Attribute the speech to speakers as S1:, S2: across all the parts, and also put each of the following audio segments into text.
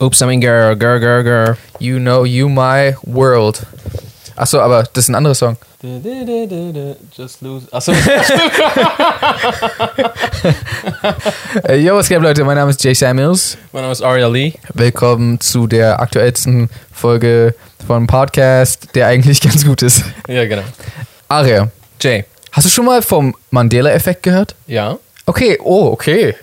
S1: Oops, I mean girl, girl, girl, girl.
S2: You know you my world. Achso, aber das ist ein anderer Song.
S3: Just lose. Achso,
S2: Äh, yo, was geht, Leute? Mein Name ist Jay Samuels.
S3: mein Name ist Aria Lee.
S2: Willkommen zu der aktuellsten Folge von Podcast, der eigentlich ganz gut ist.
S3: Ja, genau.
S2: Aria,
S3: Jay.
S2: hast du schon mal vom Mandela-Effekt gehört?
S3: Ja.
S2: Okay, oh, okay.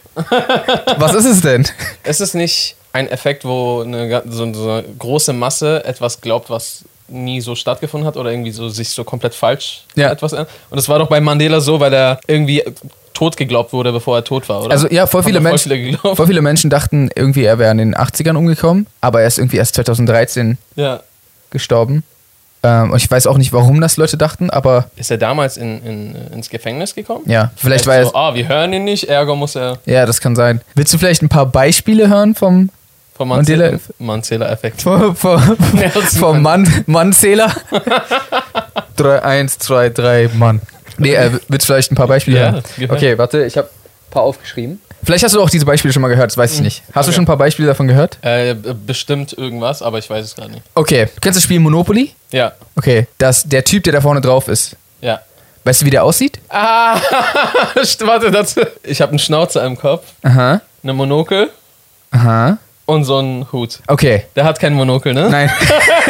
S2: Was ist es denn?
S3: Ist es nicht ein Effekt, wo eine, ga- so, so eine große Masse etwas glaubt, was nie so stattgefunden hat oder irgendwie so sich so komplett falsch
S2: Ja.
S3: etwas an? Und das war doch bei Mandela so, weil er irgendwie tot geglaubt wurde, bevor er tot war, oder?
S2: Also ja, voll
S3: Haben
S2: viele,
S3: voll
S2: Menschen,
S3: viele geglaubt.
S2: voll viele Menschen dachten irgendwie, er wäre in den 80ern umgekommen, aber er ist irgendwie erst 2013
S3: ja.
S2: gestorben. Ähm, und ich weiß auch nicht, warum das Leute dachten, aber
S3: Ist er damals in, in, ins Gefängnis gekommen?
S2: ja, vielleicht war
S3: Weil
S2: er...
S3: so, ah, wir hören ihn nicht, ergo muss er
S2: Ja, das kann sein. Willst du vielleicht ein paar Beispiele hören vom,
S3: vom
S2: Mandela-
S3: Manzela- Mandela-Effekt.
S2: vom, vom,
S3: Nelson
S2: vom Mann, Mannzähler? 3, 1, 2, 3, Mann. Nee, äh, willst du vielleicht ein paar Beispiele
S3: Ja,
S2: hören?
S3: wir hören.
S2: Okay, warte, ich habe ein paar aufgeschrieben. Vielleicht hast du auch diese Beispiele schon mal gehört, das weiß ich nicht. Hast du
S3: Mhm. okay.
S2: schon ein paar Beispiele davon gehört?
S3: Äh, b- bestimmt irgendwas, aber ich weiß es gerade nicht.
S2: Okay, du kennst das Spiel Monopoly?
S3: Ja,
S2: Okay, dass der Typ, der da vorne drauf ist,
S3: ja.
S2: weißt du, wie der aussieht?
S3: Ah, warte, dazu. Ich habe einen Schnauzer im Kopf,
S2: Aha,
S3: eine Monokel
S2: aha.
S3: und so einen Hut.
S2: Okay,
S3: Der hat kein Monokel, ne?
S2: nein.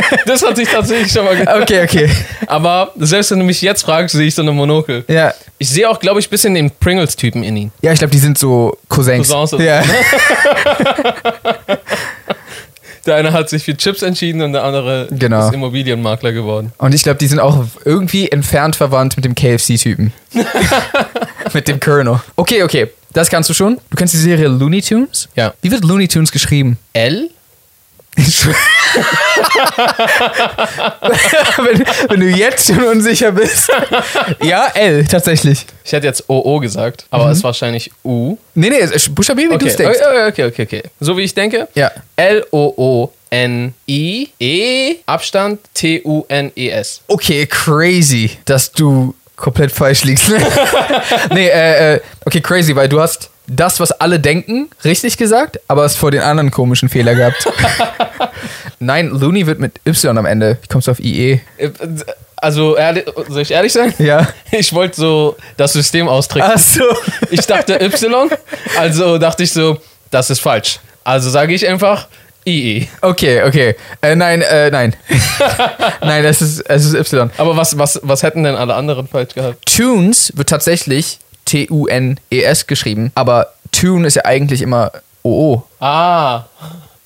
S3: Das hatte ich tatsächlich schon mal gedacht.
S2: Okay, okay.
S3: Aber selbst wenn du mich jetzt fragst, sehe ich so eine Monokel.
S2: Ja,
S3: Ich sehe auch, glaube ich, bisschen den Pringles-Typen in ihn.
S2: ja ich glaube, die sind so Cousins.
S3: Cousins oder ne?
S2: ja.
S3: Der eine hat sich für Chips entschieden und der andere
S2: Genau.
S3: ist Immobilienmakler geworden.
S2: Und ich glaube, die sind auch irgendwie entfernt verwandt mit dem KFC-Typen. mit dem Colonel. Okay, okay. Das kannst du schon. Du kennst die Serie Looney Tunes?
S3: Ja.
S2: Wie wird Looney Tunes geschrieben?
S3: L?
S2: wenn, wenn du jetzt schon unsicher bist. Ja, L, tatsächlich.
S3: Ich hätte jetzt OO gesagt, aber es ist wahrscheinlich U.
S2: Nee, nee, es ist buchstabier, wie Mhm. du
S3: Okay.
S2: es denkst.
S3: okay, okay, okay, okay. So wie ich denke?
S2: Ja.
S3: L-O-O-N-I-E, E, Abstand, T-U-N-E-S.
S2: Okay, crazy, dass du komplett falsch liegst. nee, äh, äh, okay, crazy, weil du hast das, was alle denken, richtig gesagt, aber hast vor den anderen komischen Fehler gehabt. Nein, Looney wird mit Y am Ende. Wie kommst du auf E? IE?
S3: Äh, Also, ehrlich, soll ich ehrlich sein?
S2: Ja. Ah.
S3: Ich wollte so das System austricksen.
S2: Achso.
S3: Ich dachte Y, also dachte ich so, das ist falsch. Also sage ich einfach E. IE.
S2: Okay, okay. Äh, nein, äh, nein. nein, es ist, es ist Y.
S3: Aber was, was, was hätten denn alle anderen falsch gehabt?
S2: Tunes wird tatsächlich T-U-N-E-S E geschrieben, aber Tune ist ja eigentlich immer OO.
S3: Ah,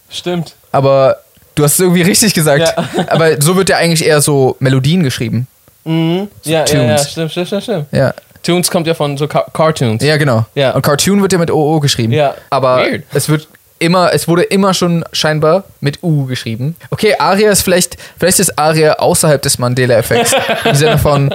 S3: stimmt.
S2: aber du hast es irgendwie richtig gesagt.
S3: Ja.
S2: aber so wird ja eigentlich eher so Melodien geschrieben.
S3: Mhm. Ja, ja, ja,
S2: Tunes.
S3: stimmt, stimmt, stimmt, stimmt.
S2: Ja.
S3: Tunes kommt ja von so Ca- Cartoons.
S2: Ja, genau.
S3: Ja.
S2: Und Cartoon wird ja mit OO geschrieben.
S3: Ja.
S2: Aber
S3: Weird.
S2: es wird immer, es wurde immer schon scheinbar mit U geschrieben. Okay, Aria ist vielleicht, vielleicht ist Aria außerhalb des Mandela-Effekts. Im Sinne von.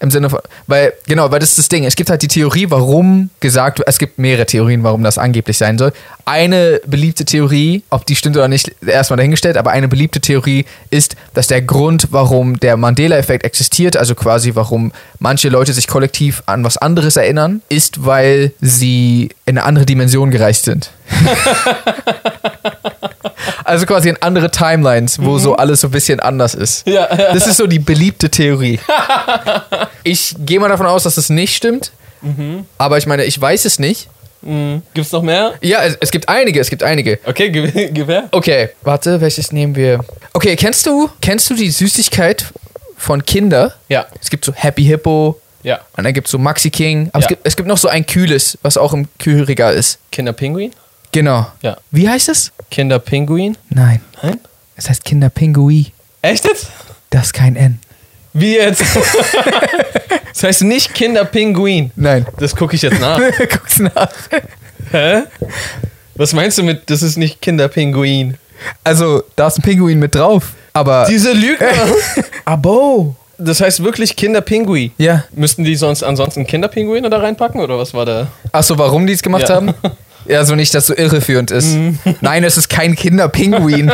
S2: Im Sinne von, weil, genau, weil das ist das Ding. Es gibt halt die Theorie, warum gesagt, es gibt mehrere Theorien, warum das angeblich sein soll. Eine beliebte Theorie, ob die stimmt oder nicht, erstmal dahingestellt, aber eine beliebte Theorie ist, dass der Grund, warum der Mandela-Effekt existiert, also quasi warum manche Leute sich kollektiv an was anderes erinnern, ist, weil sie in eine andere Dimension gereist sind. Also quasi in andere Timelines, wo so alles so ein bisschen anders ist.
S3: Mhm. Ja, ja.
S2: Das ist so die beliebte Theorie. Ich gehe mal davon aus, dass es nicht stimmt. Aber ich meine, ich weiß es nicht.
S3: Mhm. Gibt's noch mehr?
S2: Ja, es, es gibt einige, es gibt einige.
S3: Okay, Gewehr. Gewehr.
S2: Okay, warte, welches nehmen wir? Okay, kennst du, kennst du die Süßigkeit von Kinder?
S3: Ja,
S2: Es gibt so Happy Hippo
S3: ja.
S2: und dann gibt es so Maxi King. Aber
S3: Ja.
S2: es, gibt, es gibt noch so ein kühles, was auch im Kühlregal ist.
S3: Kinderpinguin?
S2: Genau.
S3: Ja.
S2: Wie heißt es?
S3: Kinderpinguin?
S2: Nein,
S3: Nein?
S2: es heißt Kinderpingui.
S3: Echt jetzt?
S2: Das ist kein N.
S3: Wie jetzt? das heißt nicht Kinderpinguin.
S2: Nein.
S3: Das gucke ich jetzt nach.
S2: Guck's nach.
S3: Hä? Was meinst du mit, das ist nicht Kinderpinguin?
S2: Also, da ist ein Pinguin mit drauf. Aber.
S3: Diese Lügner!
S2: Abo!
S3: Das heißt wirklich Kinderpinguin.
S2: Ja.
S3: Müssten die sonst ansonsten Kinderpinguine da reinpacken oder was war da?
S2: Achso, warum die es gemacht
S3: Ja.
S2: haben? Ja, Mhm. so nicht, dass so irreführend ist. Nein, es ist kein Kinderpinguin.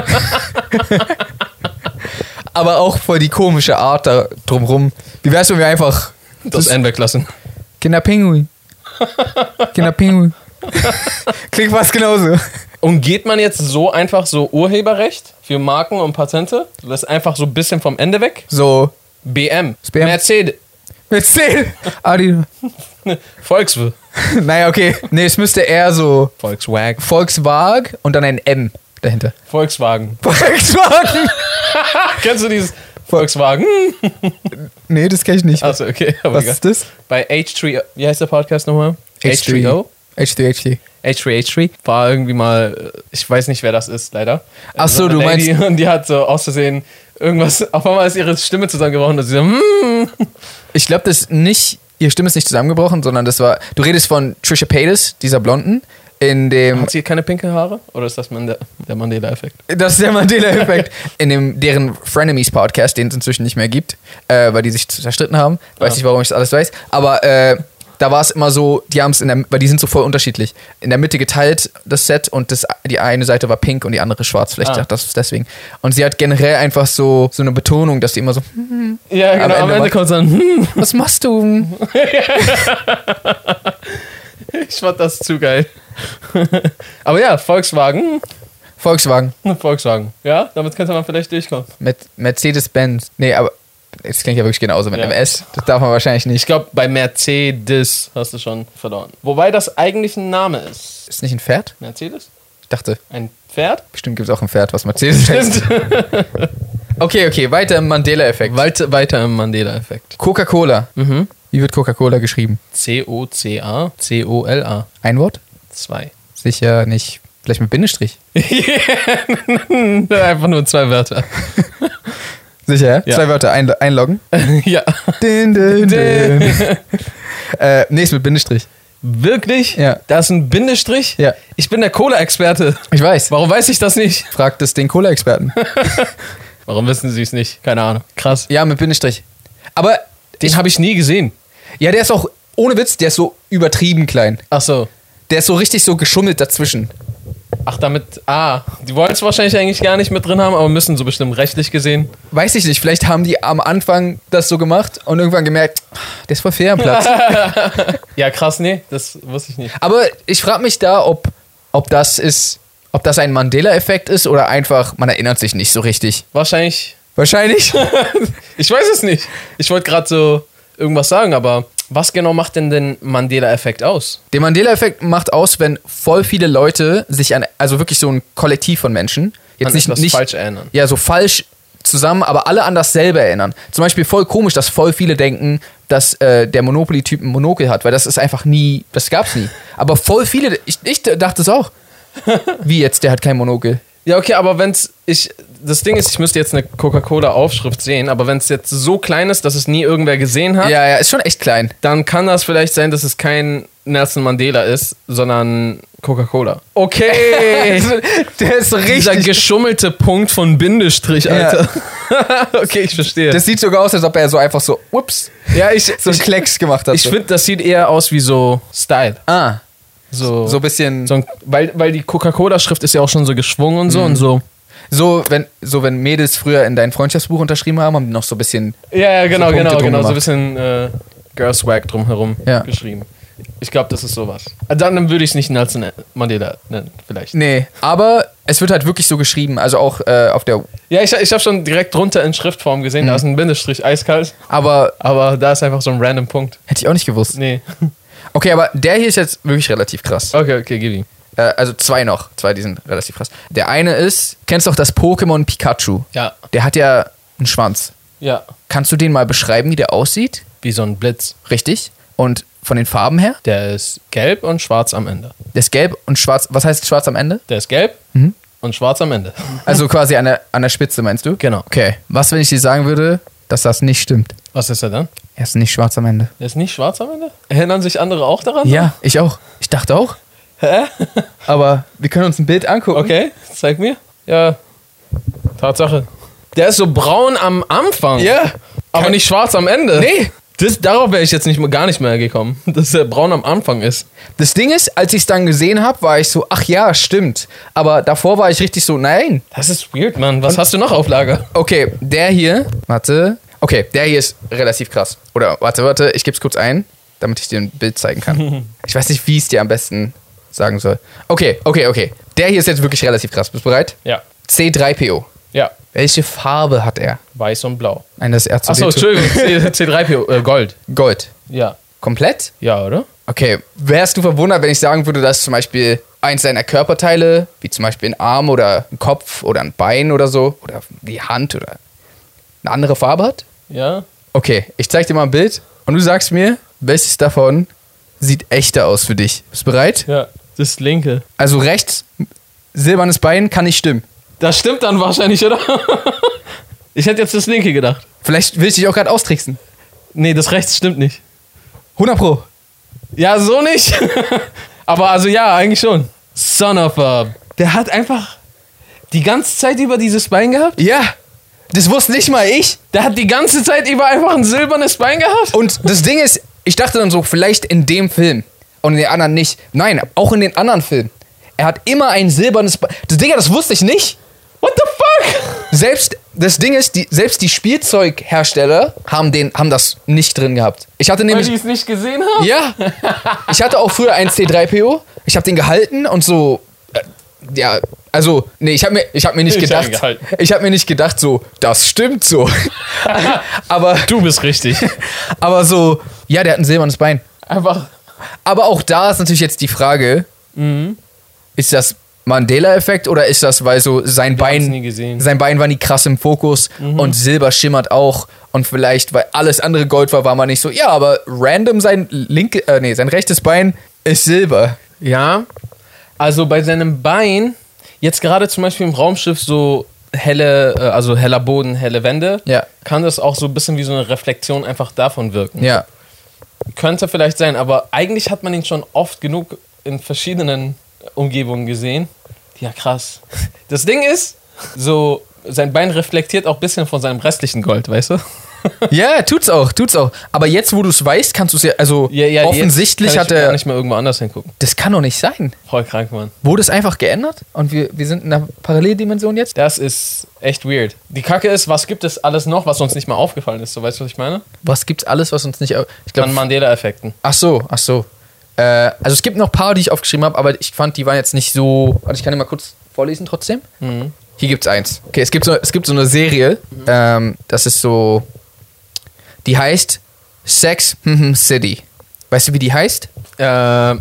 S2: aber auch voll die komische Art da drumrum. Wie wär's, wenn wir einfach
S3: Das N weglassen.
S2: Kinderpinguin. Kinderpinguin. Klingt fast genauso.
S3: Und geht man jetzt so einfach so Urheberrecht für Marken und Patente? Das ist einfach so ein bisschen vom Ende weg?
S2: So,
S3: BM.
S2: BM.
S3: Mercedes.
S2: Mercedes. Adidas.
S3: Volkswagen.
S2: Naja, okay. Nee, es müsste eher so
S3: Volkswagen.
S2: Volkswagen und dann ein M dahinter.
S3: Volkswagen.
S2: Volkswagen.
S3: Kennst du dieses Volkswagen?
S2: Nee, das kenne ich nicht.
S3: Achso, okay. Aber
S2: Was
S3: egal.
S2: ist das?
S3: Bei H3O, wie heißt der Podcast nochmal? H3O.
S2: H3, H3.
S3: H3H3 war irgendwie mal, äh, ich weiß nicht, wer das ist, leider. Äh,
S2: Ach so,
S3: eine
S2: du
S3: Lady, Und die hat so aus Versehen irgendwas, auf einmal ist ihre Stimme zusammengebrochen und sie so, hm.
S2: Ich glaube, das nicht, ihre Stimme ist nicht zusammengebrochen, sondern das war, du redest von Trisha Paytas, dieser Blonden, in dem,
S3: Hat sie keine pinke Haare? Oder ist das Mande der Mandela-Effekt?
S2: das ist der Mandela-Effekt, in dem, deren Frenemies-Podcast, den es inzwischen nicht mehr gibt, äh, weil die sich zerstritten haben, weiß
S3: Ja.
S2: nicht, warum ich das alles weiß, aber äh, da war es immer so, die haben es in der, weil die sind so voll unterschiedlich, in der Mitte geteilt, das Set, und das, die eine Seite war pink und die andere schwarz, vielleicht
S3: Ah.
S2: dachte das ist deswegen. Und sie hat generell einfach so, so eine Betonung, dass sie immer so,
S3: Ja,
S2: Am
S3: genau. Am
S2: Ende
S3: Ende,
S2: war-
S3: kommt dann, hm.
S2: was machst du?
S3: Ich fand das zu geil. Aber ja, Volkswagen. hm,
S2: Volkswagen.
S3: Volkswagen. Ja, damit könnte man vielleicht durchkommen.
S2: Mer- Mercedes-Benz. Nee, aber jetzt klingt ja wirklich genauso mit
S3: Ja.
S2: MS. Das darf man wahrscheinlich
S3: Ich
S2: nicht.
S3: glaube, bei Mercedes hast du schon verloren. Wobei das eigentlich ein Name ist.
S2: Ist nicht ein Pferd?
S3: Mercedes?
S2: Ich dachte,
S3: Ein Pferd?
S2: bestimmt gibt es auch ein Pferd, was Mercedes heißt.
S3: Stimmt.
S2: Okay, okay, weiter im Mandela-Effekt.
S3: Weiter, weiter im Mandela-Effekt.
S2: Coca-Cola. Wie wird Coca-Cola geschrieben?
S3: C-O-C-A, C-O-L-A.
S2: Ein Wort?
S3: Zwei.
S2: Sicher nicht. Vielleicht mit Bindestrich.
S3: Einfach nur zwei Wörter.
S2: Sicher?
S3: Ja.
S2: Zwei Wörter einlo- einloggen.
S3: ja.
S2: din, din, din. äh, nee, ist mit Bindestrich.
S3: Wirklich?
S2: Ja.
S3: Da ist ein Bindestrich?
S2: Ja.
S3: Ich bin der Cola-Experte.
S2: Ich weiß.
S3: Warum weiß ich das nicht?
S2: Fragt es den Cola-Experten.
S3: Warum wissen Sie es nicht? Keine Ahnung. Krass.
S2: ja, mit Bindestrich. Aber,
S3: Den habe ich nie gesehen.
S2: ja, der ist auch, ohne Witz, der ist so übertrieben klein.
S3: Ach so.
S2: Der ist so richtig so geschummelt dazwischen.
S3: Ach, damit. Ah, die wollten es wahrscheinlich eigentlich gar nicht mit drin haben, aber müssen so bestimmt rechtlich gesehen.
S2: Weiß ich nicht, vielleicht haben die am Anfang das so gemacht und irgendwann gemerkt, der ist voll fair am Platz.
S3: Ja, krass, nee, das wusste ich nicht.
S2: Aber ich frage mich da, ob, ob das ist, ob das ein Mandela-Effekt ist oder einfach, man erinnert sich nicht so richtig.
S3: Wahrscheinlich.
S2: Wahrscheinlich.
S3: Ich weiß es nicht. Ich wollte gerade so irgendwas sagen, aber was genau macht denn den Mandela-Effekt aus?
S2: Den Mandela-Effekt macht aus, wenn voll viele Leute sich an, also wirklich so ein Kollektiv von Menschen, jetzt
S3: An
S2: nicht,
S3: etwas
S2: nicht
S3: falsch erinnern.
S2: Ja, so falsch zusammen, aber alle an dasselbe erinnern. Zum Beispiel voll komisch, dass voll viele denken, dass äh, der Monopoly-Typ ein Monokel hat, weil das ist einfach nie, das gab's nie. Aber voll viele, ich, ich dachte es auch. Wie jetzt, der hat kein Monokel.
S3: Ja, okay, aber wenn's ich das Ding ist, ich müsste jetzt eine Coca-Cola Aufschrift sehen, aber wenn's jetzt so klein ist, dass es nie irgendwer gesehen hat,
S2: Ja, ja, ist schon echt klein.
S3: dann kann das vielleicht sein, dass es kein Nelson Mandela ist, sondern Coca-Cola. Okay.
S2: der ist
S3: Dieser geschummelte Punkt von Bindestrich, Alter. okay, ich verstehe.
S2: Das sieht sogar aus, als ob er so einfach so, ups,
S3: ja, ich
S2: so einen
S3: ich,
S2: Klecks gemacht hat.
S3: ich
S2: so.
S3: finde, das sieht eher aus wie so Style.
S2: ah,
S3: So
S2: so ein bisschen,
S3: so ein, weil, weil die Coca-Cola-Schrift ist ja auch schon so geschwungen
S2: Mhm.
S3: und so und so.
S2: so wenn, so wenn Mädels früher in dein Freundschaftsbuch unterschrieben haben, haben die noch so ein bisschen
S3: Ja, ja, genau,
S2: So Punkte
S3: genau,
S2: drum
S3: genau. So
S2: gemacht.
S3: ein bisschen äh, Girl Swag drumherum
S2: Ja.
S3: geschrieben. Ich glaube, das ist sowas. Ah, Dann würde ich es nicht Nelson äh, Mandela nennen, vielleicht.
S2: Nee, aber es wird halt wirklich so geschrieben, also auch äh, auf der.
S3: Ja, ich, ich habe schon direkt drunter in Schriftform gesehen,
S2: Mhm.
S3: da ist ein Bindestrich eiskalt,
S2: Aber
S3: aber da ist einfach so ein random Punkt.
S2: hätte ich auch nicht gewusst.
S3: Nee.
S2: Okay, aber der hier ist jetzt wirklich relativ krass.
S3: Okay, okay, gib ihm.
S2: Äh, also zwei noch, zwei, die sind relativ krass. Der eine ist, kennst du auch das Pokémon Pikachu?
S3: Ja,
S2: Der hat ja einen Schwanz.
S3: ja.
S2: Kannst du den mal beschreiben, wie der aussieht?
S3: Wie so ein Blitz.
S2: Richtig. Und von den Farben her?
S3: Der ist gelb und schwarz am Ende.
S2: Der ist gelb und schwarz. Was heißt schwarz am Ende?
S3: Der ist gelb
S2: Mhm.
S3: und schwarz am Ende.
S2: Also quasi an der, an der Spitze, meinst du?
S3: Genau.
S2: Okay. Was, wenn ich dir sagen würde, dass das nicht stimmt?
S3: Was ist er dann?
S2: Er ist nicht schwarz am Ende.
S3: Der ist nicht schwarz am Ende? Erinnern sich andere auch daran?
S2: Ja, ich auch. Ich dachte auch.
S3: Hä?
S2: Aber wir können uns ein Bild angucken.
S3: Okay, zeig mir. Ja. Tatsache. Der ist so braun am Anfang.
S2: Ja.
S3: Aber nicht schwarz am Ende.
S2: Nee.
S3: Das, darauf wäre ich jetzt nicht, gar nicht mehr gekommen, dass er braun am Anfang ist.
S2: Das Ding ist, als ich es dann gesehen habe, war ich so, ach ja, stimmt. Aber davor war ich richtig so, nein.
S3: Das ist weird, Mann. Was hast du noch auf Lager?
S2: Okay, der hier, warte. Okay, der hier ist relativ krass. Oder warte, warte, ich gebe es kurz ein, damit ich dir ein Bild zeigen kann. Ich weiß nicht, wie ich es dir am besten sagen soll. Okay, okay, okay. Der hier ist jetzt wirklich relativ krass. Bist du bereit?
S3: Ja.
S2: C3PO.
S3: Ja.
S2: Welche Farbe hat er?
S3: Weiß und blau.
S2: Nein, das ist R2D2.
S3: Achso, Entschuldigung. C, C3PO. Äh, Gold.
S2: Gold.
S3: Ja.
S2: Komplett?
S3: Ja, oder?
S2: Okay, wärst du verwundert, wenn ich sagen würde, dass zum Beispiel eins seiner Körperteile, wie zum Beispiel ein Arm oder ein Kopf oder ein Bein oder so, oder die Hand oder eine andere Farbe hat?
S3: Ja.
S2: Okay, ich zeig dir mal ein Bild und du sagst mir, welches davon sieht echter aus für dich. Bist du bereit?
S3: Ja. Das linke.
S2: Also rechts, silbernes Bein kann nicht stimmen.
S3: Das stimmt dann wahrscheinlich, oder? ich hätte jetzt das linke gedacht.
S2: Vielleicht will ich dich auch gerade austricksen.
S3: Nee, das rechts stimmt nicht.
S2: 100 Pro.
S3: Ja, so nicht. Aber also ja, eigentlich schon. Son of a. Der hat einfach die ganze Zeit über dieses Bein gehabt.
S2: Ja, das wusste nicht mal ich.
S3: Der hat die ganze Zeit über einfach ein silbernes Bein gehabt.
S2: Und das Ding ist, ich dachte dann so, vielleicht in dem Film und in den anderen nicht. Nein, auch in den anderen Filmen. Er hat immer ein silbernes Bein. Das Ding, das wusste ich nicht.
S3: What the fuck?
S2: Selbst das Ding ist, die, selbst die Spielzeughersteller haben, den, haben das nicht drin gehabt. Ich hatte
S3: Weil
S2: nämlich.
S3: die es nicht gesehen haben?
S2: Ja. Ich hatte auch früher einen C3PO. Ich habe den gehalten und so. Äh, ja, also, nee, ich habe mir, ich hab mir nicht
S3: Ich hab ihn
S2: gedacht.
S3: gehalten.
S2: Ich habe mir nicht gedacht, so, das stimmt so. aber,
S3: Du bist richtig.
S2: aber so, ja, der hat ein silbernes Bein.
S3: Einfach.
S2: Aber auch da ist natürlich jetzt die Frage: Ist das Mandela-Effekt oder ist das, weil so sein Bein.
S3: haben's nie gesehen. Mhm.
S2: Sein Bein war nie krass im Fokus und Silber schimmert auch. Und vielleicht, weil alles andere Gold war, war man nicht so, ja, aber random sein linke, äh, nee, sein rechtes Bein ist Silber.
S3: Ja. Also bei seinem Bein, jetzt gerade zum Beispiel im Raumschiff so helle, äh, also heller Boden, helle Wände,
S2: Ja.
S3: kann das auch so ein bisschen wie so eine Reflexion einfach davon wirken.
S2: Ja.
S3: Könnte vielleicht sein, aber eigentlich hat man ihn schon oft genug in verschiedenen Umgebungen gesehen. Ja, krass. Das Ding ist, so sein Bein reflektiert auch ein bisschen von seinem restlichen Gold, weißt du?
S2: Ja, tut's auch, tut's auch. Aber jetzt, wo du es weißt, kannst du es ja, also
S3: jetzt
S2: offensichtlich
S3: kann
S2: hat
S3: ich gar
S2: er.
S3: nicht mehr irgendwo anders hingucken.
S2: Das kann doch nicht sein.
S3: Voll krank, Mann.
S2: Wurde es einfach geändert und wir, wir sind in einer Paralleldimension jetzt?
S3: Das ist echt weird. Die Kacke ist, was gibt es alles noch, was uns nicht mal aufgefallen ist? So, weißt du, was ich meine?
S2: Was gibt's alles, was uns nicht. au- Ich
S3: An
S2: glaube.
S3: Mandela-Effekten.
S2: Ach so, ach so. Äh, also es gibt noch ein paar, die ich aufgeschrieben habe, aber ich fand, die waren jetzt nicht so. Warte, ich kann dir mal kurz vorlesen trotzdem. Hier gibt's eins. Okay, es gibt so, es gibt so eine Serie, ähm, das ist so. Die heißt Sex hm, City. Weißt du, wie die heißt?
S3: Äh, ja,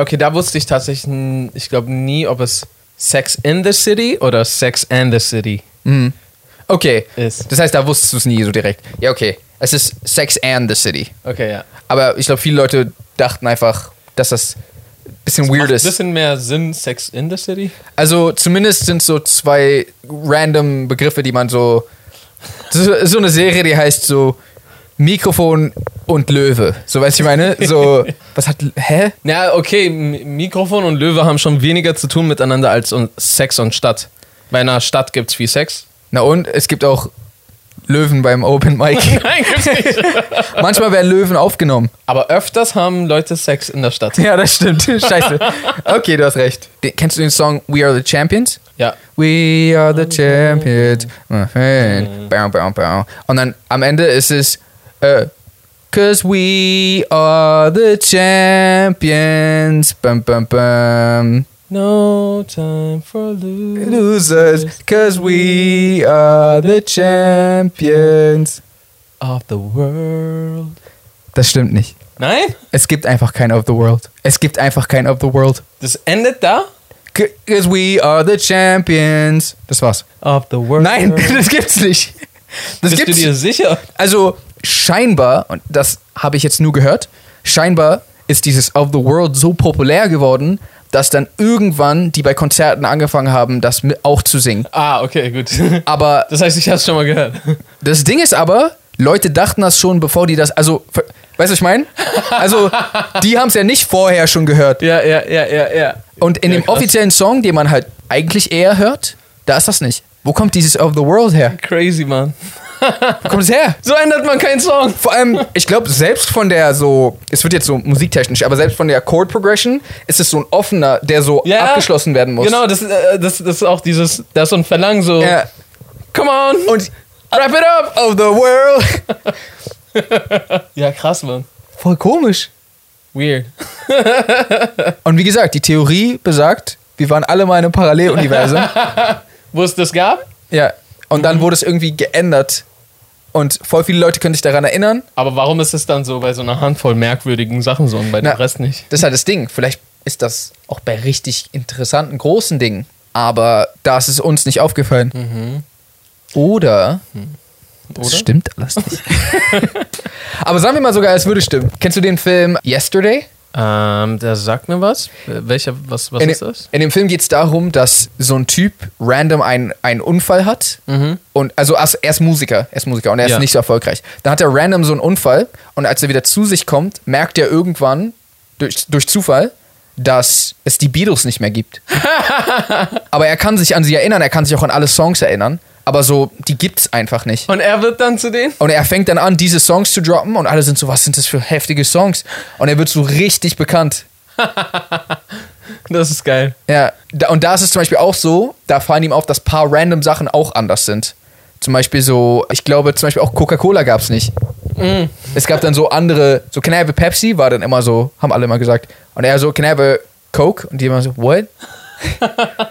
S3: okay, da wusste ich tatsächlich, n- ich glaube nie, ob es Sex in the City oder Sex and the City
S2: Okay.
S3: ist.
S2: Das heißt, da wusstest du es nie so direkt. Ja, okay. Es ist Sex and the City.
S3: Okay, ja.
S2: Aber ich glaube, viele Leute dachten einfach, dass das ein bisschen weird
S3: Ein
S2: ist.
S3: bisschen mehr Sinn, Sex in the City?
S2: Also zumindest sind so zwei random Begriffe, die man so... Das ist so eine Serie, die heißt so Mikrofon und Löwe. So, weißt du, ich meine? So, was hat... Hä?
S3: Na, okay, M Mikrofon und Löwe haben schon weniger zu tun miteinander als un Sex und Stadt. Bei einer Stadt gibt's viel Sex.
S2: Na und? Es gibt auch Löwen beim Open Mic.
S3: Nein, gibt's nicht.
S2: Manchmal werden Löwen aufgenommen.
S3: Aber öfters haben Leute Sex in der Stadt.
S2: Ja, das stimmt. Scheiße. Okay, du hast recht. Den, kennst du den Song We Are the Champions?
S3: Ja.
S2: We are the champions. Mm-hmm. Bam, bam, bam. Und dann am Ende ist es äh, Cause we are the champions. Bam, bam, bam.
S3: No time for losing.
S2: Losers. Cause we are the champions.
S3: of the world.
S2: Das stimmt nicht.
S3: Nein?
S2: Es gibt einfach kein Of the World. Es gibt einfach kein Of the World.
S3: Das endet da?
S2: C- Cause we are the champions. Das war's.
S3: Of the world.
S2: Nein, das gibt's nicht. Das
S3: Bist du
S2: gibt's
S3: dir sicher?
S2: Also scheinbar, und das habe ich jetzt nur gehört, scheinbar ist dieses Of the World so populär geworden, dass dann irgendwann die bei Konzerten angefangen haben, das mi- auch zu singen.
S3: Ah, okay, gut.
S2: Aber
S3: Das heißt, ich habe es schon mal gehört.
S2: das Ding ist aber, Leute dachten das schon, bevor die das, also, ver- weißt du, was ich meine? Also, die haben es ja nicht vorher schon gehört.
S3: Ja, ja, ja, ja, ja.
S2: Und in
S3: Ja,
S2: dem
S3: krass.
S2: offiziellen Song, den man halt eigentlich eher hört, da ist das nicht. Wo kommt dieses Of the World her?
S3: Crazy, Mann.
S2: Wo kommt es her?
S3: So ändert man keinen Song.
S2: Vor allem, ich glaube, selbst von der so, es wird jetzt so musiktechnisch, aber selbst von der Chord Progression ist es so ein offener, der so
S3: Ja.
S2: abgeschlossen werden muss.
S3: Genau, das, äh, das, das ist auch dieses, das ist so ein Verlangen, so,
S2: Ja.
S3: come on.
S2: Und Wrap it up of the world.
S3: Ja, krass, Mann.
S2: Voll komisch.
S3: Weird.
S2: Und wie gesagt, die Theorie besagt, wir waren alle mal in einem Paralleluniversum.
S3: Wo es das gab,
S2: ja. Und dann wurde es irgendwie geändert. Und voll viele Leute können sich daran erinnern.
S3: aber warum ist es dann so bei so einer Handvoll merkwürdigen Sachen so und bei dem
S2: Na,
S3: Rest nicht?
S2: Das ist halt das Ding. Vielleicht ist das auch bei richtig interessanten, großen Dingen. Aber da ist es uns nicht aufgefallen. Oder,
S3: Oder?
S2: Das stimmt alles nicht. Aber sagen wir mal sogar, es würde stimmen. Kennst du den Film Yesterday?
S3: Ähm, der sagt mir was. Äh, Welcher, was, was
S2: in,
S3: ist
S2: dem-
S3: das?
S2: in dem Film geht es darum, dass so ein Typ random ein- einen Unfall hat. Und also er ist- er ist Musiker, er ist Musiker und er ist
S3: Mhm. Ja.
S2: nicht so erfolgreich. Dann hat er random so einen Unfall und als er wieder zu sich kommt, merkt er irgendwann durch, durch Zufall, dass es die Beatles nicht mehr gibt. aber er kann sich an sie erinnern, er kann sich auch an alle Songs erinnern, aber so, die gibt's einfach nicht.
S3: Und er wird dann zu denen?
S2: Und er fängt dann an, diese Songs zu droppen und alle sind so, was sind das für heftige Songs? Und er wird so richtig bekannt.
S3: Das ist geil.
S2: Ja, da, und da ist es zum Beispiel auch so, da fallen ihm auf, dass paar random Sachen auch anders sind. Zum Beispiel so, ich glaube, zum Beispiel auch Coca-Cola gab's nicht. Es gab dann so andere, so Can I have a Pepsi war dann immer so, haben alle immer gesagt. Und er so, Can I have a Coke? Und die immer so, what?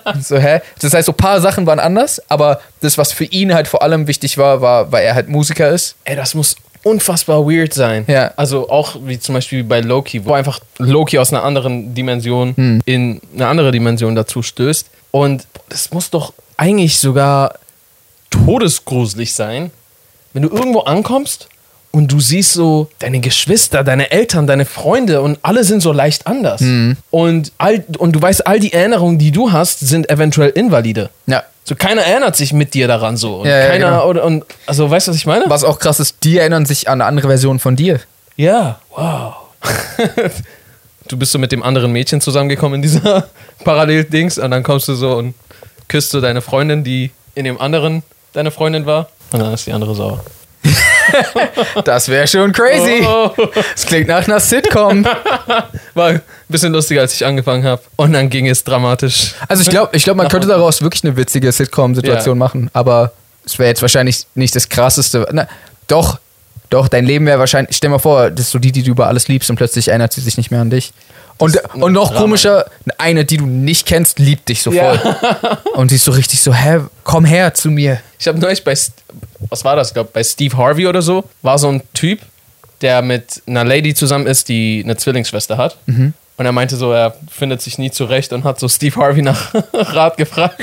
S2: Und so, hä? Das heißt, so paar Sachen waren anders, aber das, was für ihn halt vor allem wichtig war, war, weil er halt Musiker ist.
S3: Ey, das muss unfassbar weird sein.
S2: Ja.
S3: Also auch wie zum Beispiel bei Loki, wo einfach Loki aus einer anderen Dimension
S2: Hm.
S3: in eine andere Dimension dazu stößt. Und das muss doch eigentlich sogar todesgruselig sein, wenn du irgendwo ankommst und du siehst so deine Geschwister, deine Eltern, deine Freunde und alle sind so leicht anders.
S2: Hm.
S3: Und, all, und du weißt, all die Erinnerungen, die du hast, sind eventuell invalide.
S2: Ja.
S3: So keiner erinnert sich mit dir daran so. Und
S2: Ja, ja,
S3: keiner
S2: genau.
S3: oder und also weißt du, was ich meine?
S2: Was auch krass ist, die erinnern sich an eine andere Version von dir.
S3: Ja, wow. du bist so mit dem anderen Mädchen zusammengekommen in dieser Paralleldings und dann kommst du so und küsst so deine Freundin, die in dem anderen deine Freundin war. Und dann ist die andere sauer.
S2: Das wäre schon crazy.
S3: Oh,
S2: Das klingt nach einer Sitcom.
S3: war ein bisschen lustiger, als ich angefangen habe. Und dann ging es dramatisch.
S2: Also ich glaube, ich glaub, man könnte daraus wirklich eine witzige Sitcom-Situation
S3: Ja.
S2: machen, aber es wäre jetzt wahrscheinlich nicht das krasseste. Na, doch, doch, dein Leben wäre wahrscheinlich, stell mal vor, das ist so die, die du über alles liebst und plötzlich erinnert sie sich nicht mehr an dich. Und,
S3: ist ein
S2: und noch
S3: Drama.
S2: komischer, eine, die du nicht kennst, liebt dich so
S3: Ja.
S2: voll. Und sie ist so richtig so, hä, komm her zu mir.
S3: Ich habe neulich bei, St- was war das, glaube bei Steve Harvey oder so, war so ein Typ, der mit einer Lady zusammen ist, die eine Zwillingsschwester hat. Und er meinte so, er findet sich nie zurecht und hat so Steve Harvey nach Rat gefragt.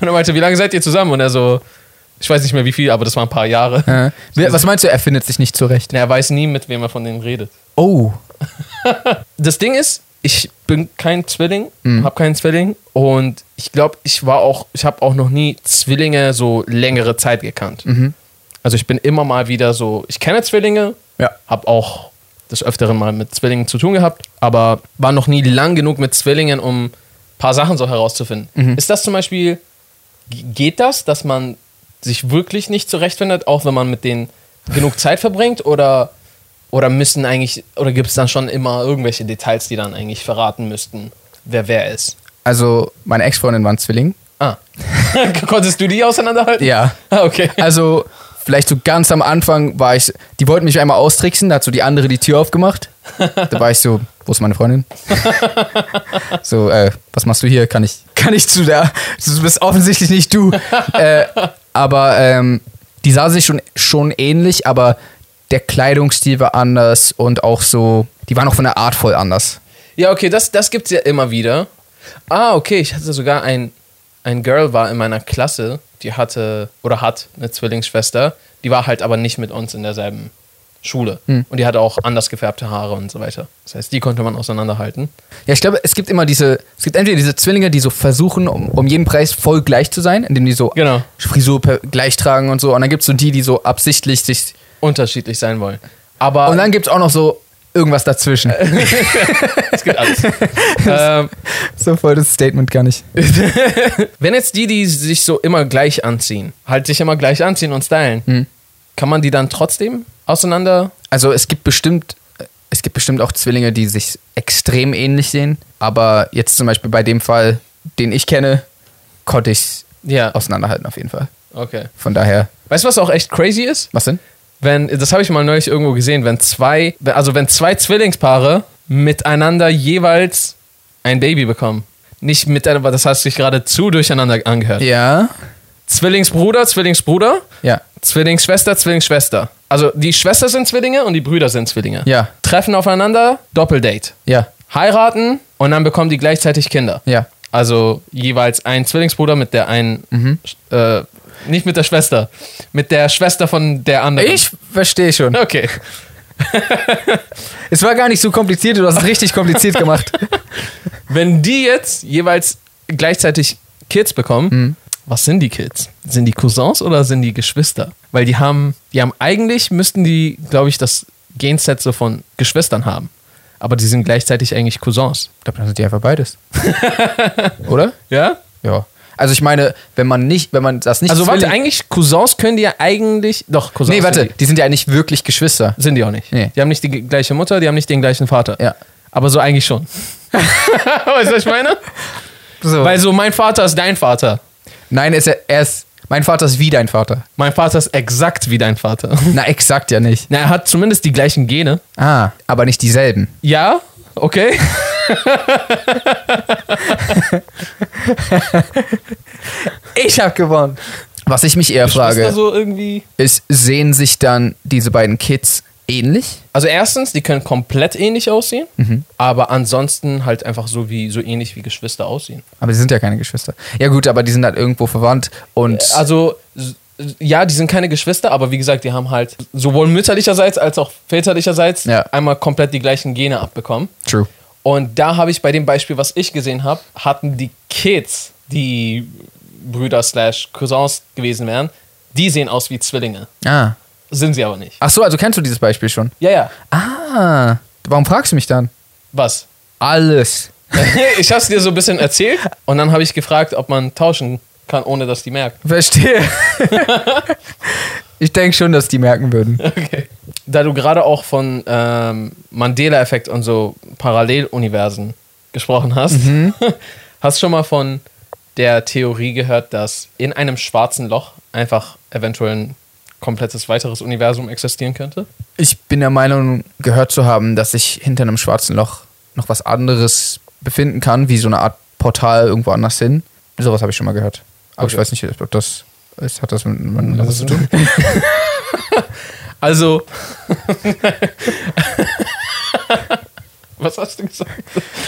S3: Und er meinte, wie lange seid ihr zusammen? Und er so, ich weiß nicht mehr wie viel, aber das waren ein paar Jahre.
S2: Äh, wer- was meinst du, er findet sich nicht zurecht?
S3: Und er weiß nie, mit wem er von denen redet.
S2: Oh,
S3: das Ding ist, ich bin kein Zwilling, habe keinen Zwilling und ich glaube, ich war auch, ich habe auch noch nie Zwillinge so längere Zeit gekannt. Also ich bin immer mal wieder so, ich kenne Zwillinge,
S2: Ja.
S3: habe auch des öfteren mal mit Zwillingen zu tun gehabt, aber war noch nie lang genug mit Zwillingen, um ein paar Sachen so herauszufinden.
S2: Mhm.
S3: Ist das zum Beispiel, g- geht das, dass man sich wirklich nicht zurechtfindet, auch wenn man mit denen genug Zeit verbringt oder oder müssen eigentlich, oder gibt es dann schon immer irgendwelche Details, die dann eigentlich verraten müssten, wer wer ist?
S2: also meine Ex-Freundin war ein Zwilling.
S3: Ah. Konntest du die auseinanderhalten?
S2: Ja.
S3: Ah, okay.
S2: Also, vielleicht so ganz am Anfang war ich, die wollten mich einmal austricksen, da hat so die andere die Tür aufgemacht. Da war ich so, wo ist meine Freundin? So, äh, was machst du hier? Kann ich, kann ich zu der, du bist offensichtlich nicht du. Äh, aber, ähm, die sah sich schon, schon ähnlich, aber der Kleidungsstil war anders und auch so, die waren auch von der Art voll anders.
S3: Ja, okay, das, das gibt es ja immer wieder. Ah, okay, ich hatte sogar ein, ein Girl war in meiner Klasse, die hatte oder hat eine Zwillingsschwester, die war halt aber nicht mit uns in derselben Schule. Und die hatte auch anders gefärbte Haare und so weiter. Das heißt, die konnte man auseinanderhalten.
S2: Ja, ich glaube, es gibt immer diese, es gibt entweder diese Zwillinge, die so versuchen, um, um jeden Preis voll gleich zu sein, indem die so
S3: Genau.
S2: Frisur per, gleich tragen und so. Und dann gibt es so die, die so absichtlich sich.
S3: Unterschiedlich sein wollen. Aber
S2: Und dann gibt es auch noch so irgendwas dazwischen.
S3: es gibt alles. ähm,
S2: So voll das Statement gar nicht.
S3: Wenn jetzt die, die sich so immer gleich anziehen, halt sich immer gleich anziehen und stylen, kann man die dann trotzdem auseinander?
S2: Also es gibt bestimmt, es gibt bestimmt auch Zwillinge, die sich extrem ähnlich sehen. Aber jetzt zum Beispiel bei dem Fall, den ich kenne, konnte ich
S3: Ja.
S2: auseinanderhalten auf jeden Fall.
S3: Okay.
S2: Von daher,
S3: Weißt du, was auch echt crazy ist?
S2: was denn?
S3: Wenn, das habe ich mal neulich irgendwo gesehen, wenn zwei, also wenn zwei Zwillingspaare miteinander jeweils ein Baby bekommen. Nicht miteinander, das hast du dich gerade zu durcheinander angehört.
S2: Ja.
S3: Zwillingsbruder, Zwillingsbruder,
S2: Ja.
S3: Zwillingsschwester, Zwillingsschwester. Also die Schwester sind Zwillinge und die Brüder sind Zwillinge.
S2: Ja.
S3: Treffen aufeinander, Doppeldate.
S2: Ja.
S3: Heiraten und dann bekommen die gleichzeitig Kinder.
S2: Ja.
S3: Also jeweils ein Zwillingsbruder mit der einen,
S2: Mhm.
S3: äh, nicht mit der Schwester, mit der Schwester von der anderen.
S2: Ich verstehe schon.
S3: Okay.
S2: Es war gar nicht so kompliziert, du hast es richtig kompliziert gemacht.
S3: Wenn die jetzt jeweils gleichzeitig Kids bekommen,
S2: Mhm.
S3: was sind die Kids? Sind die Cousins oder sind die Geschwister? Weil die haben, die haben eigentlich müssten die, glaube ich, das Genset so von Geschwistern haben. Aber die sind gleichzeitig eigentlich Cousins.
S2: Dann sind die einfach beides. Oder?
S3: Ja?
S2: Ja. Also ich meine, wenn man nicht, wenn man das nicht.
S3: Also warte,
S2: Zwilling-
S3: eigentlich Cousins können die ja eigentlich. Doch, Cousins.
S2: Nee, warte,
S3: Sind
S2: die sind ja eigentlich wirklich Geschwister.
S3: die, sind die auch nicht.
S2: Nee.
S3: Die haben nicht die gleiche Mutter, die haben nicht den gleichen Vater.
S2: Ja.
S3: Aber so eigentlich schon. weißt du, was ich meine?
S2: So.
S3: Weil so mein Vater ist dein Vater.
S2: Nein, er ist, ja- er ist. Mein Vater ist wie dein Vater.
S3: Mein Vater ist exakt wie dein Vater.
S2: Na, exakt ja nicht.
S3: Na, er hat zumindest die gleichen Gene.
S2: Ah, aber nicht dieselben.
S3: Ja, okay.
S2: Ich hab gewonnen. Was ich mich eher
S3: Ist da
S2: frage,
S3: so irgendwie.
S2: ist, sehen sich dann diese beiden Kids ähnlich?
S3: Also erstens, die können komplett ähnlich aussehen,
S2: Mhm.
S3: aber ansonsten halt einfach so wie so ähnlich wie Geschwister aussehen.
S2: Aber sie sind ja keine Geschwister. Ja gut, aber die sind halt irgendwo verwandt und
S3: Also s- ja, die sind keine Geschwister, aber wie gesagt, die haben halt sowohl mütterlicherseits als auch väterlicherseits
S2: Ja.
S3: einmal komplett die gleichen Gene abbekommen.
S2: true.
S3: Und da habe ich bei dem Beispiel, was ich gesehen habe, hatten die Kids, die Brüder slash Cousins gewesen wären, die sehen aus wie Zwillinge.
S2: Ah.
S3: Sind sie aber nicht.
S2: Ach so, also kennst du dieses Beispiel schon?
S3: Ja, ja.
S2: Ah, warum fragst du mich dann?
S3: Was?
S2: Alles.
S3: ich hab's dir so ein bisschen erzählt und dann habe ich gefragt, ob man tauschen kann, ohne dass die merken.
S2: Verstehe. ich denke schon, dass die merken würden.
S3: Okay. Da du gerade auch von ähm, Mandela-Effekt und so Paralleluniversen gesprochen hast, hast du schon mal von der Theorie gehört, dass in einem schwarzen Loch einfach eventuell ein komplettes weiteres Universum existieren könnte?
S2: Ich bin der Meinung, gehört zu haben, dass sich hinter einem schwarzen Loch noch was anderes befinden kann, wie so eine Art Portal irgendwo anders hin. Sowas habe ich schon mal gehört. Aber ich
S3: Okay.
S2: weiß nicht, ob das. Es hat das mit. mit
S3: Das ist- also. Was hast du gesagt?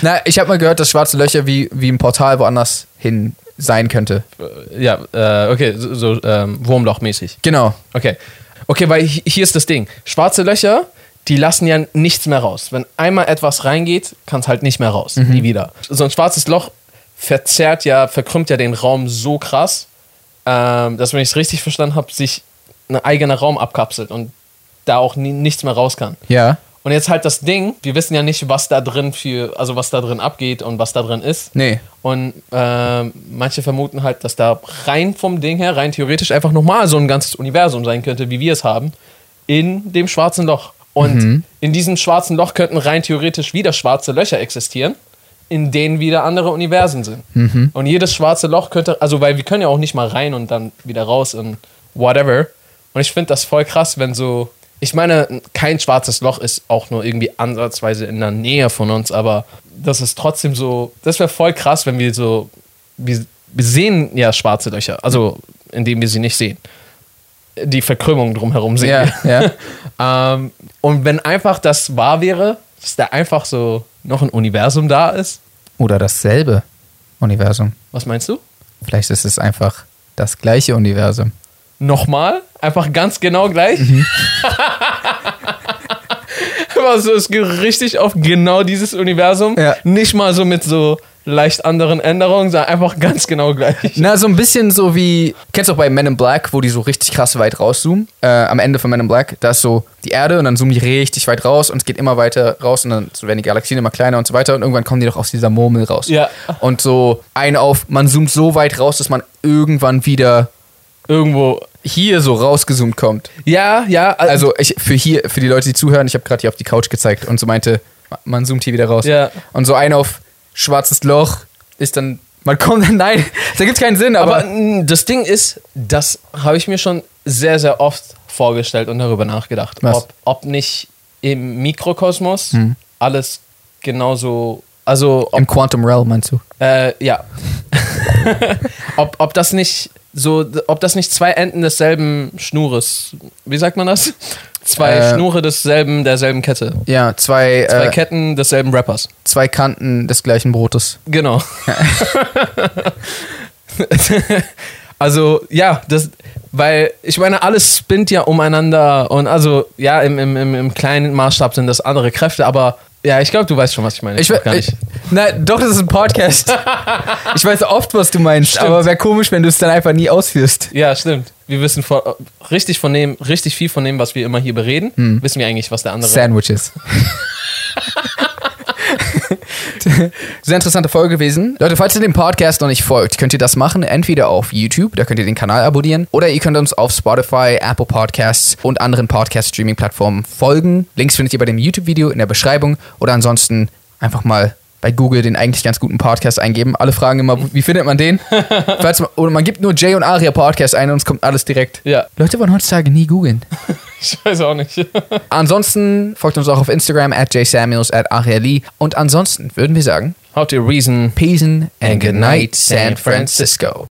S2: Na, ich habe mal gehört, dass schwarze Löcher wie, wie ein Portal woanders hin sein könnte.
S3: Ja, äh, okay, so, so ähm, Wurmlochmäßig.
S2: Genau.
S3: Okay. Okay, weil hi- hier ist das Ding. Schwarze Löcher, die lassen ja nichts mehr raus. Wenn einmal etwas reingeht, kann es halt nicht mehr raus. Nie wieder. So ein schwarzes Loch verzerrt ja, verkrümmt ja den Raum so krass, ähm, dass, wenn ich es richtig verstanden habe, sich ein eigener Raum abkapselt und da auch nie, nichts mehr raus kann.
S2: Ja.
S3: Und jetzt halt das Ding, wir wissen ja nicht, was da drin für, also was da drin abgeht und was da drin ist.
S2: Nee.
S3: Und ähm, manche vermuten halt, dass da rein vom Ding her, rein theoretisch einfach nochmal so ein ganzes Universum sein könnte, wie wir es haben, in dem schwarzen Loch. Und in diesem schwarzen Loch könnten rein theoretisch wieder schwarze Löcher existieren, in denen wieder andere Universen sind. Und jedes schwarze Loch könnte, also weil wir können ja auch nicht mal rein und dann wieder raus und whatever. Und ich finde das voll krass, wenn so, ich meine, kein schwarzes Loch ist auch nur irgendwie ansatzweise in der Nähe von uns, aber das ist trotzdem so, das wäre voll krass, wenn wir so, wir, wir sehen ja schwarze Löcher, also indem wir sie nicht sehen. Die Verkrümmung drumherum sehen.
S2: Ja,
S3: wir.
S2: ja.
S3: Ähm, und wenn einfach das wahr wäre, dass da einfach so noch ein Universum da ist,
S2: Oder dasselbe Universum.
S3: was meinst du?
S2: Vielleicht ist es einfach das gleiche Universum.
S3: Nochmal? Einfach ganz genau gleich?
S2: Mhm.
S3: also es geht richtig auf genau dieses Universum.
S2: Ja.
S3: Nicht mal so mit so leicht anderen Änderungen, sondern einfach ganz genau gleich.
S2: Na, so ein bisschen so wie. Kennst du auch bei Men in Black, wo die so richtig krass weit rauszoomen? Äh, am Ende von Men in Black, da ist so die Erde und dann zoomen die richtig weit raus und es geht immer weiter raus und dann werden die Galaxien immer kleiner und so weiter und irgendwann kommen die doch aus dieser Murmel raus.
S3: Ja.
S2: Und so ein auf, man zoomt so weit raus, dass man irgendwann wieder
S3: Irgendwo.
S2: hier so rausgezoomt kommt.
S3: Ja, ja. al-
S2: Also ich, für hier, für die Leute, die zuhören, ich habe gerade hier auf die Couch gezeigt und so meinte, man zoomt hier wieder raus.
S3: Ja.
S2: Und so ein auf schwarzes Loch ist dann Man kommt, nein, da gibt's keinen Sinn,
S3: Aber,
S2: aber,
S3: mh, das Ding ist, das habe ich mir schon sehr, sehr oft vorgestellt und darüber nachgedacht,
S2: Was? Mhm.
S3: ob, ob nicht im Mikrokosmos alles genauso, also ob,
S2: im Quantum Realm meinst du?
S3: äh, ja, ob, ob das nicht so, ob das nicht zwei Enden desselben Schnures, wie sagt man das? Zwei
S2: Äh.
S3: Schnure desselben, derselben Kette.
S2: Ja, zwei,
S3: Zwei
S2: äh,
S3: Ketten desselben Rappers.
S2: zwei Kanten des gleichen Brotes.
S3: Genau. also, ja, das, weil ich meine, alles spinnt ja umeinander und also, ja, im, im, im, im kleinen Maßstab sind das andere Kräfte, aber ja, ich glaube, du weißt schon, was ich meine.
S2: Ich,
S3: weiß
S2: we- ich Nein, doch, das ist ein Podcast. ich weiß oft, was du meinst, aber wäre komisch, wenn du es dann einfach nie ausführst.
S3: Ja, stimmt. Wir wissen von, richtig von dem, richtig viel von dem, was wir immer hier bereden, wissen wir eigentlich, was der andere.
S2: Sandwiches. Sehr interessante Folge gewesen. Leute, falls ihr dem Podcast noch nicht folgt, könnt ihr das machen. Entweder auf YouTube, da könnt ihr den Kanal abonnieren, oder ihr könnt uns auf Spotify, Apple Podcasts und anderen Podcast-Streaming-Plattformen folgen. Links findet ihr bei dem YouTube-Video in der Beschreibung oder ansonsten einfach mal bei Google den eigentlich ganz guten Podcast eingeben. Alle fragen immer, wie findet man den? Falls man, oder man gibt nur Jay und Aria Podcast ein und es kommt alles direkt.
S3: Ja,
S2: Leute wollen heutzutage nie googeln.
S3: ich weiß auch nicht.
S2: Ansonsten folgt uns auch auf Instagram at jsamuels at Arieli. Und ansonsten würden wir sagen,
S3: How to reason
S2: Peace and
S3: good
S2: good
S3: night,
S2: night,
S3: San
S2: San Francisco.